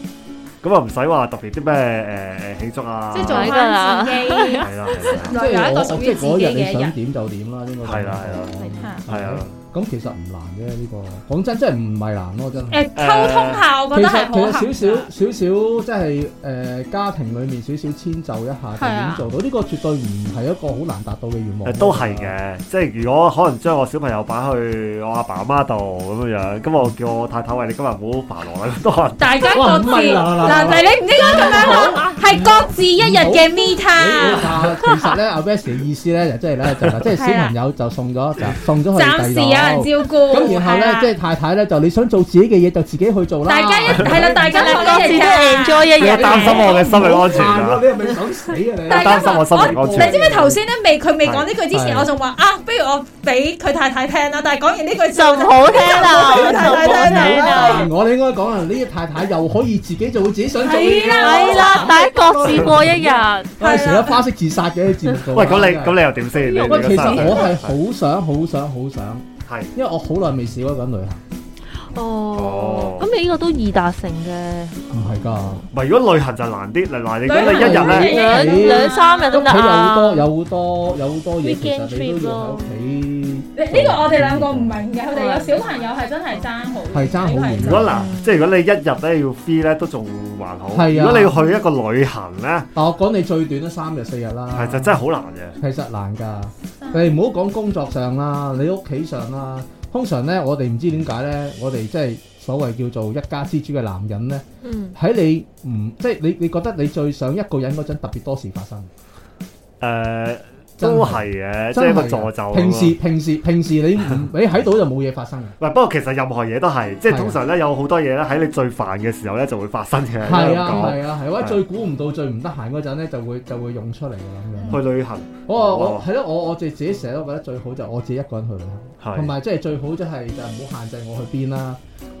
S1: 咁啊唔使話特別啲咩呃誒誒慶祝啊，
S3: 即係做
S4: 係
S3: 翻自己，
S1: 係啦係啦
S2: 即
S3: 有
S2: 係
S3: 一個
S2: 我
S3: 屬
S2: 即
S3: 於
S2: 係
S3: 自己
S2: 嗰日你
S3: 嘅
S2: 想
S3: 人。
S2: 點就點啦，應該
S1: 係啦係啦係啊，
S2: 咁其實唔難嘅呢個，講真真係唔係難咯，真係。
S3: 誒溝通下，我
S2: 其
S3: 覺得係
S2: 實其
S3: 好
S2: 實
S3: 合
S2: 少
S3: 㗎
S2: 少少少即係誒家庭裡面少少遷就一下就
S3: 係
S2: 點
S3: 啊
S2: 做到，呢個絕對唔係一個好難達到嘅願望。
S1: 誒都係。嘅，即係如果可能將我小朋友擺去我阿爸阿媽度咁樣樣，咁我叫我太太喂你今日唔好煩我啦，咁都可能。
S3: 大家
S2: 哇
S3: 各
S2: 唔
S3: 自
S2: 係啦啦啦
S3: 嗱，但係你唔應該咁樣講，係各自一日嘅 me
S2: 你你
S3: time，
S2: 話其實咧，阿 Bess 嘅意思咧就即係咧就係即係小朋 友就送咗就送咗去
S3: 暫時有人
S2: 第
S3: 照顧。
S2: 咁然後
S3: 係
S2: 咧
S3: 啦，
S2: 即係太太咧就你想做自己嘅嘢就自己去做啦。
S3: 大家一係啦，大家
S4: 各
S3: 各
S4: 自都 enjoy 一
S1: 你
S4: 日
S1: 有擔心我嘅心理安全㗎？
S2: 你係咪想死啊你？
S1: 有擔心我心理安
S3: 你
S1: 全？
S3: 知唔知頭先咧未佢未講呢句之前，
S2: 係
S3: 我仲話啊，不如我俾佢太太聽啦。但係講完呢句之
S4: 就
S3: 後
S4: 唔好聽啦，
S3: 就唔好
S4: 就唔好
S3: 聽
S4: 聽
S3: 啦
S4: 啦。
S2: 我哋應該講啦，呢啲太太又可以自己做自己想做嘅嘢
S3: 係
S4: 系
S3: 啦
S4: 啦，大家各自過一日，
S2: 我哋成日花式自殺嘅啲節目度。
S1: 喂，咁你咁你又點先？你你
S2: 喂，
S1: 嘅
S2: 其實
S1: 心理
S2: 我係好想、好想、好想，
S1: 係
S2: 因為我好耐未試過一個人旅行。
S1: 哦
S4: 哦，咁你呢個都易達成嘅，
S2: 唔係㗎，
S1: 唔係？如果旅行就難啲，嗱嗱，你講
S3: 旅
S1: 你
S3: 行
S1: 一日咧，
S4: 兩
S2: 你
S4: 兩三日都
S2: 屋
S4: 得
S2: 企有好多
S4: 啊。
S2: 有好多有好多嘢，其
S4: Weekend
S2: 實你都要喺
S4: trip
S2: 屋
S4: 咯
S2: 企。
S3: 呢個我哋兩個唔明嘅，佢哋有小朋友係真係爭好遠，
S2: 係爭好遠
S1: 如果
S3: 呢
S1: 嗱，即係如果你一日咧要 free 咧，都仲還好。
S2: 係啊
S1: 如果你要去一個旅行咧，
S2: 但我講你最短都三日四日啦。
S1: 係就真係好難嘅。
S2: 其實難㗎，你唔好講工作上啦，你屋企上啦。通常咧，我哋唔知點解咧，我哋即係所謂叫做一家之主嘅男人咧，
S4: 嗯，
S2: 喺你唔即係你你覺得你最想一個人嗰陣特別多事發生。
S1: 誒，
S2: 真係
S1: 都係嘅，即係一個
S2: 真係
S1: 助
S2: 㗎
S1: 咒咁
S2: 平
S1: 咯
S2: 時平時平時你唔你喺度就冇嘢發生嘅。
S1: 喂，不過其實任何嘢都係，即係
S2: 係啊
S1: 通常咧有好多嘢咧喺你最煩嘅時候咧就會發生嘅。
S2: 係啊
S1: 咁講
S2: 係啊係，
S1: 係
S2: 或者最估唔到最唔得閒嗰陣咧，就會就會湧出嚟嘅咁樣。
S1: 去旅行
S2: 我話我
S1: 哇
S2: 係咯，我我自自己成日都覺得最好就我自己一個人去旅行，同
S1: 係，
S2: 埋即係最好即係就唔好限制我去邊啦。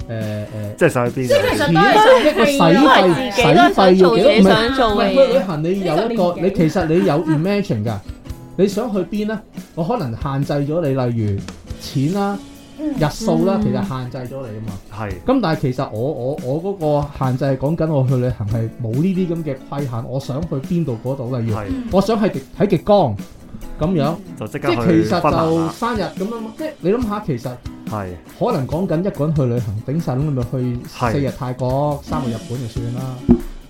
S2: 誒誒，
S1: 即係想去邊啊
S3: 即係
S1: 就
S3: 其
S1: 去邊？
S3: 實都係
S2: 一個洗費洗費要幾多？唔係
S4: 自己都係想做自己想做
S2: 唔
S4: 嘅
S2: 係去旅
S4: 嘢，
S2: 行你有一個你其實你有 imagine 㗎，你想去邊咧？我可能限制咗你，例如錢啦、
S3: 嗯
S2: 日數啦，
S4: 嗯
S2: 其實限制咗你啊嘛。
S1: 係
S2: 咁但係其實我我我嗰個限制係講緊我去旅行係冇呢啲咁嘅規限，我想去邊度嗰度例如，
S1: 係
S2: 我想係睇極光咁樣，
S1: 就即
S2: 即
S1: 刻
S2: 係
S1: 去
S2: 其
S1: 芬
S2: 實
S1: 蘭啊
S2: 就
S1: 啦。
S2: 生日咁樣，即係你諗下，其實
S1: 係
S2: 可能講緊一個人去旅行頂晒窿，你咪去
S1: 係
S2: 四日泰國、三個日本就算啦。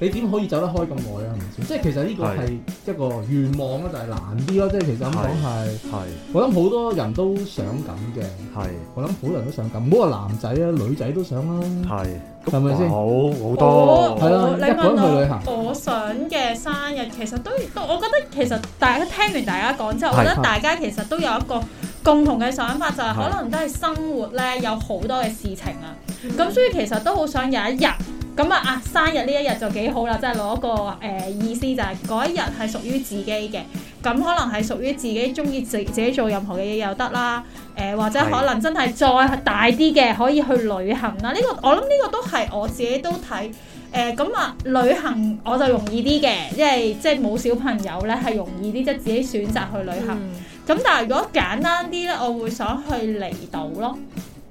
S2: 你點可以走得開咁耐啊？係咪先即係其實呢個
S1: 係
S2: 係一個願望咯，就係難啲咯。即係其實咁講係，
S1: 係
S2: 我諗好多人都想咁嘅，
S1: 係
S2: 我諗好多人都想咁，唔好話男仔啊，女仔都想啦。
S1: 係，
S2: 係咪先哦
S1: 好好
S3: 我
S1: 多
S2: 係啦
S3: 我你
S2: 一個人去旅
S3: 問
S2: 行
S3: 我，我想嘅生日其實都都，我覺得其實大家聽完大家講之後，我覺
S2: 係
S3: 得大家其實都有一個共同嘅想法，就係
S1: 係
S3: 可能都係生活咧有好多嘅事情啊。咁所以其實都好想有一日咁啊啊生日呢一日就幾好啦，即係攞個誒、呃意思就係嗰一日係屬於自己嘅，咁可能係屬於自己中意自自己做任何嘅嘢又得啦，誒、或者
S1: 係
S3: 可能真係再大啲嘅可以去旅行啦。呢、個我諗呢個都係我自己都睇。誒咁啊，旅行我就容易啲嘅，因為即係冇小朋友咧係容易啲，即係自己選擇去旅行。
S4: 嗯
S3: 咁、但係如果簡單啲咧，我會想去離島咯，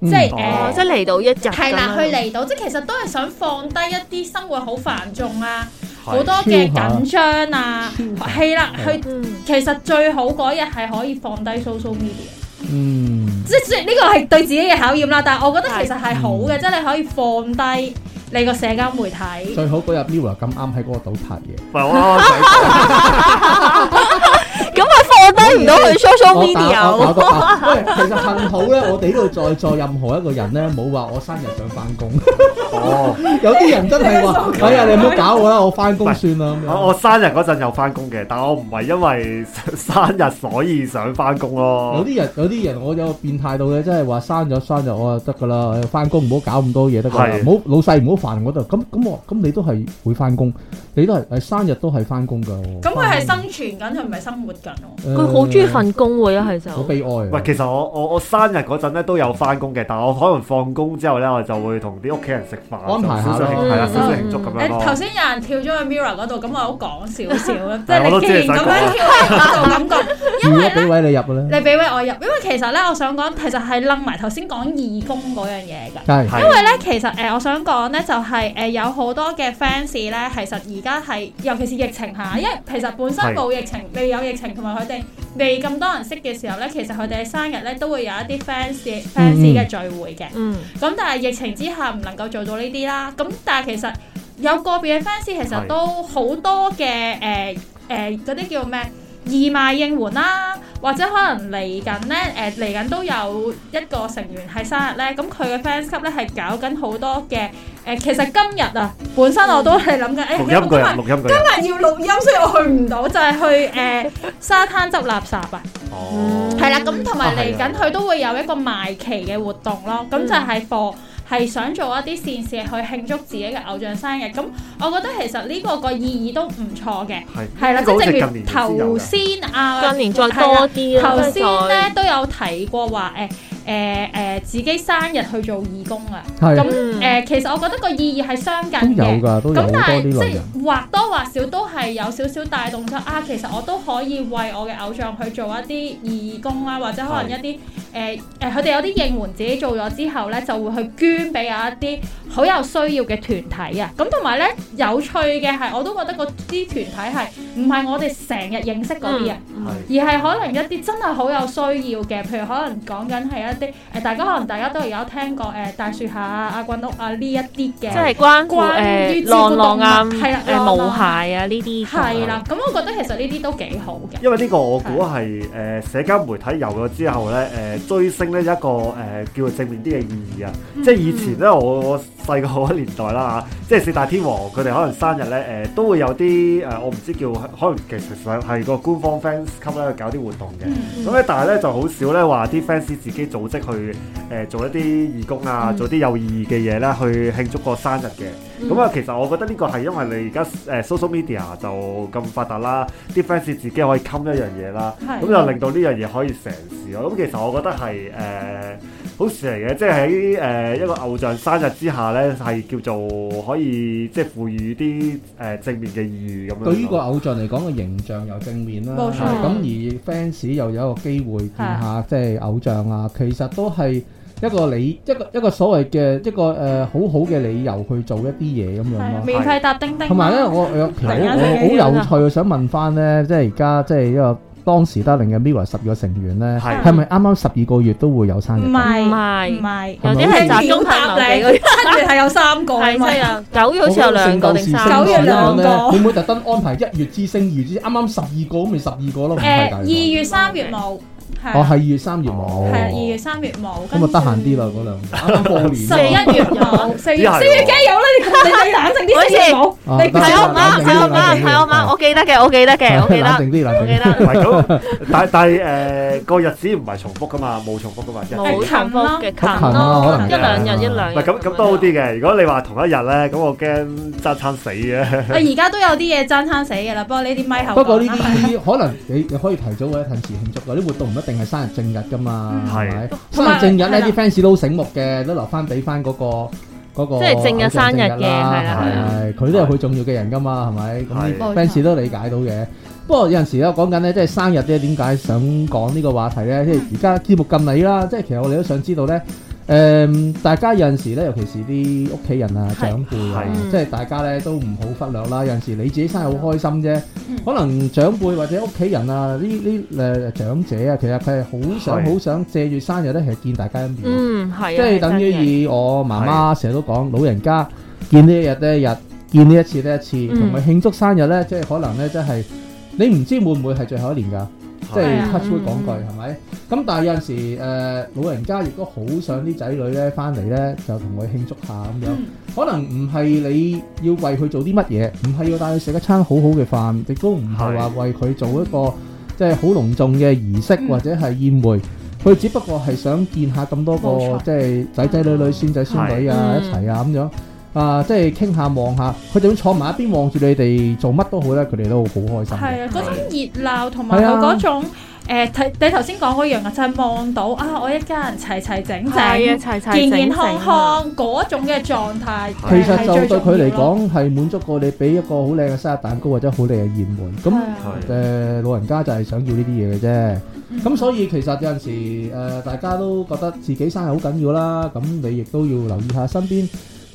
S2: 嗯
S3: 即係誒。
S1: 哦
S4: 哦，即係嚟到一日咁樣
S3: 係啦，去離島，即係其實都係想放低一啲生活好繁重啊，
S1: 係
S3: 好多嘅緊張啊，係啦，
S2: 係
S3: 去
S4: 嗯
S3: 其實最好嗰日係可以放低 social media，
S2: 嗯。
S3: 即係呢個係對自己嘅考驗啦。但係我覺得其實係好
S2: 係
S3: 嘅，即係你可以放低你個社交媒體。
S2: 最好嗰日 Mirror 咁啱喺嗰個島拍嘢，
S1: 唔係我啱啱想 講
S4: 咁咪放低唔到去 social
S2: 我打我打
S4: media
S2: 個八喂，其實幸好咧，我哋呢度在座任何一個人咧，冇話我生日想翻工。
S1: 哦，
S2: 有啲人真係話：哎呀，你唔好搞我啦，我翻工算啦。咁
S1: 我
S2: 樣
S1: 我生日嗰陣有翻工嘅，但我唔係因為 生日所以想翻工
S2: 有
S1: 咯。
S2: 啲人有啲人，我有個變態到咧，真係話生咗生咗我就得噶啦，哎呀翻工唔好搞咁多嘢得噶啦，
S1: 係
S2: 唔好老細唔好煩我度。咁咁我咁你都係會翻工，你都係誒生日都係翻工噶。我
S3: 咁佢係生存緊，佢唔係生活緊
S2: 誒
S3: 喎。
S4: 佢好中意份工喎，一係就
S2: 好悲哀啊。
S1: 喂，其實我我我生日嗰陣咧都有翻工嘅，但我可能放工之後咧，我就會同啲屋企人食飯，
S2: 安排
S1: 就
S2: 下
S1: 少少慶
S4: 咯
S1: 係啦，
S4: 嗯
S1: 少少慶祝咁樣
S3: 誒頭
S1: 咯。
S3: 先有人跳咗去 Mirror 嗰度，咁我好講少少 啦。即
S1: 係
S3: 係
S1: 我
S3: 你
S1: 都
S3: 既
S1: 知
S3: 然
S1: 你想
S3: 咁
S1: 講
S3: 樣
S1: 啊
S3: 跳去嗰度，感覺。
S2: 如果俾位你入嘅咧，
S3: 你俾位我入，因為其實咧，我想講其實係楞埋頭先講義工嗰樣嘢㗎。
S2: 係
S1: 係
S3: 因為咧，其實誒、呃我想講咧，就係、誒、有好多嘅 fans 咧，其實而家係，尤其是疫情下，因為其實本身
S1: 係
S3: 冇疫情，未有疫情，同埋佢哋未咁多人識嘅時候咧，其實佢哋生日咧都會有一啲 fans
S2: 嗯
S3: fans 嘅聚會嘅。
S4: 嗯
S3: 咁但係疫情之下唔能夠做到呢啲啦。咁但係其實有個別嘅 fans 其實
S1: 係
S3: 都好多嘅誒誒嗰啲叫咩義賣應援啦，或者可能嚟緊咧誒嚟緊都有一個成員係生日咧，咁佢嘅 fans club 咧係搞緊好多嘅誒、呃其實今日啊，本身我都係諗緊誒，
S1: 嗯
S3: 哎
S1: 錄
S3: 因為
S1: 音
S3: 今
S1: 嗰
S3: 日
S1: 日，錄音嗰
S3: 今
S1: 日，
S3: 日要錄音，所以我去唔到，就係、去誒、呃沙灘執垃圾啊。
S1: 哦，
S3: 係啦，咁同埋
S1: 啊嗯係
S3: 嚟
S1: 啊
S3: 緊佢都會有一個賣旗嘅活動咯，咁就係 for 係想做一啲善事去慶祝自己嘅偶像生日，咁我覺得其實呢個個意義都唔錯嘅，
S1: 係
S3: 係啦，
S1: 呢
S3: 即
S1: 個好
S3: 係
S1: 似
S3: 正
S1: 近年
S3: 如
S1: 先有
S3: 頭
S1: 㗎
S3: 先啊，
S4: 近年再
S3: 係啦
S4: 多啲啦，
S3: 頭先
S4: 再
S3: 咧都有提過話誒誒誒自己生日去做義工啊，咁
S2: 係
S3: 誒、其實我覺得個意義係相近
S2: 都有
S3: 嘅。
S2: 㗎，都有
S3: 咁
S2: 好多
S3: 但係
S2: 呢
S3: 即
S2: 類人。
S3: 係或多或少都係有少少帶動咗啊，其實我都可以為我嘅偶像去做一啲義工啦，或者可能一啲誒誒，佢哋有啲應援自己做咗之後咧，就會去捐俾有一啲好有需要嘅團體啊。咁同埋咧有趣嘅係，我都覺得嗰啲團體係唔係我哋成日認識嗰啲啊。
S1: 係
S3: 而係可能一啲真係好有需要嘅，譬如可能講緊係一啲誒、大家可能大家都有聽過誒、大樹下啊、阿棍屋啊呢一啲嘅
S4: 即。係關
S3: 關於
S4: 顧
S3: 照
S4: 誒
S3: 顧
S4: 浪浪啊，
S3: 動物係啦
S4: 誒
S3: 浪
S4: 毛
S3: 浪
S4: 鞋啊呢啲
S3: 係啦，咁我覺得其實呢啲都幾好嘅。
S1: 因為呢個我估係誒社交媒體有咗之後咧，誒、追星咧一個誒、叫做正面啲嘅意義啊，
S3: 嗯
S1: 即係以前咧我我細個嗰年代啦 嚇，即係四大天王佢哋可能生日咧誒、都會有啲誒、我唔知叫可能其實上係個官方 fans 級咧搞啲活動嘅。
S3: 嗯
S1: 咁咧，但係咧就好少咧話啲 fans 自己組織去誒、做一啲義工啊，
S3: 嗯
S1: 做啲有意義嘅嘢咧，去慶祝個生日嘅。咁啊、其實我覺得呢個係因為你而家誒 social media 就咁發達啦，啲 fans 自己可以冚一樣嘢啦，
S3: 係
S1: 咁就令到呢樣嘢可以成事咯。咁其實我覺得係誒、好事嚟嘅，即係喺誒一個偶像生日之下咧，係叫做可以即係賦予啲誒、正面嘅意義咁樣咯。
S2: 對於個偶像嚟講，個形象又正面啦，
S3: 冇
S2: 咁
S3: 錯
S2: 而 fans 又有一個機會見下即係偶像啊，其實都係一個理一個一個所謂嘅一個誒、呃好好嘅理由去做一啲嘢咁樣
S3: 係
S2: 咯。
S3: 免費搭叮叮啦，
S2: 同埋咧，我我其實
S3: 突然
S2: 我
S3: 間醒起
S2: 我好有趣，想問翻咧，即係而家即係一個當時得令嘅 Mirror 十二個成員咧，
S1: 係
S2: 係咪啱啱十二個月都會有生
S3: 唔
S2: 日？
S4: 唔
S3: 係唔
S4: 係，
S3: 係，
S4: 有啲係集中
S3: 答
S4: 睇
S3: 你，
S4: 某幾
S3: 跟住係有三個
S4: 個，
S3: 啊
S4: 係
S3: 嘛，
S4: 真啊，九月好似有兩個定三
S3: 九
S4: 個，
S3: 月兩個
S2: 咧，會唔會特登安排一月之星、二月之星啱啱十二個咁咪十二個咯？唔係大
S3: 誒
S2: 概
S3: 二月三月冇，係
S2: 哦，
S3: 啊
S2: 係二月三月冇，
S3: 係啊二月三月冇，
S2: 咁啊得閒啲啦，嗰兩個啱啱過年啊
S3: 十一月冇，四
S1: 一
S3: 月
S1: 係
S3: 四月梗有啦，你你你冷靜啲，四月冇，
S2: 啊
S3: 你
S2: 得
S4: 係
S2: 閒
S4: 我媽，係我媽，係我媽，我記得嘅，我記得嘅，我記
S2: 冷
S4: 得，
S2: 靜啲，冷
S4: 我記
S2: 靜啲。
S1: 唔
S4: 得，
S1: 係咁， 但但係誒、個日子唔係重複噶嘛，冇重複噶嘛，日子
S4: 冇重複嘅，
S2: 近
S4: 近
S2: 咯可
S4: 咯，
S2: 能
S4: 一兩日一
S1: 唔
S4: 兩日，
S1: 係咁咁都好啲嘅。如果你話同一日咧，咁我驚爭餐死嘅。
S3: 我而家都有啲嘢爭餐死嘅啦，不過呢啲咪後
S2: 不過呢
S3: 講啦
S2: 啲呢啲可能你你可以提早或者近時慶祝㗎，啲活動唔一定係生日正日噶嘛，
S1: 嗯
S2: 係咪
S1: 係？
S2: 生日正日咧，啲 fans 都好醒目嘅，都留翻俾翻嗰個。嗰個
S4: 即係正日生日嘅
S2: 偶像正啦
S4: 係
S1: 啦係啦
S2: 係佢都係佢重要嘅人㗎嘛，係咪？咁
S1: 係
S2: 啲 fans 都理解到嘅。不過有陣時咧講緊咧，即係生日咧，點解想講呢個話題
S4: 嗯
S2: 咧？即係而家節目咁禮啦，即係其實我哋都想知道咧，誒、大家有陣時咧，尤其是啲屋企人啊、
S4: 係
S2: 長輩啊
S4: 係，
S2: 即係大家咧都唔好忽略啦。有陣時你自己生日好開心啫。可能長輩或者屋企人啊，呢呢誒長者啊，其實佢係好想
S1: 係
S2: 好想借住
S4: 嗯 Ừ,
S2: 生日咧，係見大家一面，
S4: 嗯，係啊，
S2: 即係等於
S4: 真嘅
S2: 以我媽媽成日都講，老人家見呢一日呢一日，見呢一次呢一次，
S4: 嗯
S2: 同埋慶祝生日呢，即係可能呢，即係你唔知會唔會係最後一年㗎，即
S3: 係
S2: 係
S3: 啊
S2: touch wood
S4: 嗯
S2: 講句係咪？咁但係有陣時誒、呃老人家亦都好想啲仔女呢翻嚟呢，就同佢慶祝下咁樣。可能唔係你要為佢做啲乜嘢，唔係要帶佢食一餐好好嘅飯，亦都唔係話為佢做一個即係好隆重嘅儀式
S3: 嗯
S2: 或者係宴會。佢只不過係想見下咁多個
S4: 冇錯
S2: 即係仔仔女女、孫仔孫女啊
S4: 係
S2: 一齊啊咁樣啊，即係傾下望下。佢就算坐埋一邊望住你哋做乜都好咧，佢哋都好開心嘅。
S3: 係啊，嗰種熱鬧同埋佢
S2: 係啊
S3: 嗰種誒，睇你頭先講嗰樣啊，就係望到啊，我一家人齊齊整
S4: 係啊，
S3: 整、
S4: 齊齊
S3: 健健
S4: 整
S3: 康
S4: 整啊。
S3: 康嗰種嘅狀態，
S2: 其
S1: 係
S2: 實就對佢嚟
S3: 講，
S2: 講係滿足過你俾一個好靚嘅生日蛋糕或者好靚嘅宴會。咁
S3: 係啊
S1: 係
S2: 誒、老人家就係想要呢啲嘢嘅啫。
S3: 嗯
S2: 咁所以其實有陣時誒、呃大家都覺得自己生日好緊要啦，咁你亦都要留意下身邊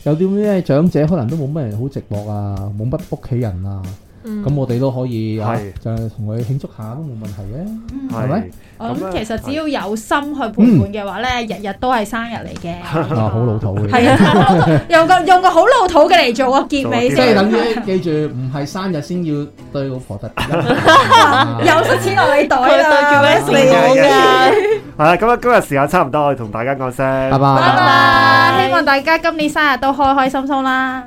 S2: 有啲咩長者可能都冇乜人好寂寞啊，冇乜屋企人啊，
S4: 嗯
S2: 咁、我哋都可以啊
S1: 係，
S2: 就係同佢慶祝下都冇問題 嘅。
S3: 嗯
S1: 係
S2: 咪
S3: 我
S1: 咁
S3: 諗
S1: 咧
S3: 其實只要有心去陪伴嘅話咧，日日都係生日嚟嘅。
S2: 啊，好老土嘅，
S3: 係啊， 用個用個好老土嘅嚟做個結尾
S2: 即係
S3: 先，
S2: 等於記住唔係生日先要對老婆特別 啊
S3: 有塞錢落你袋
S4: 佢
S3: 啦
S4: 對住 Wesley
S1: 係
S4: 講㗎。
S1: 系啦，咁啊，今日時間差唔多，我哋同大家講聲，
S2: 拜
S3: 拜
S2: 拜。
S3: 拜，希望大家今年生日都開開心心啦。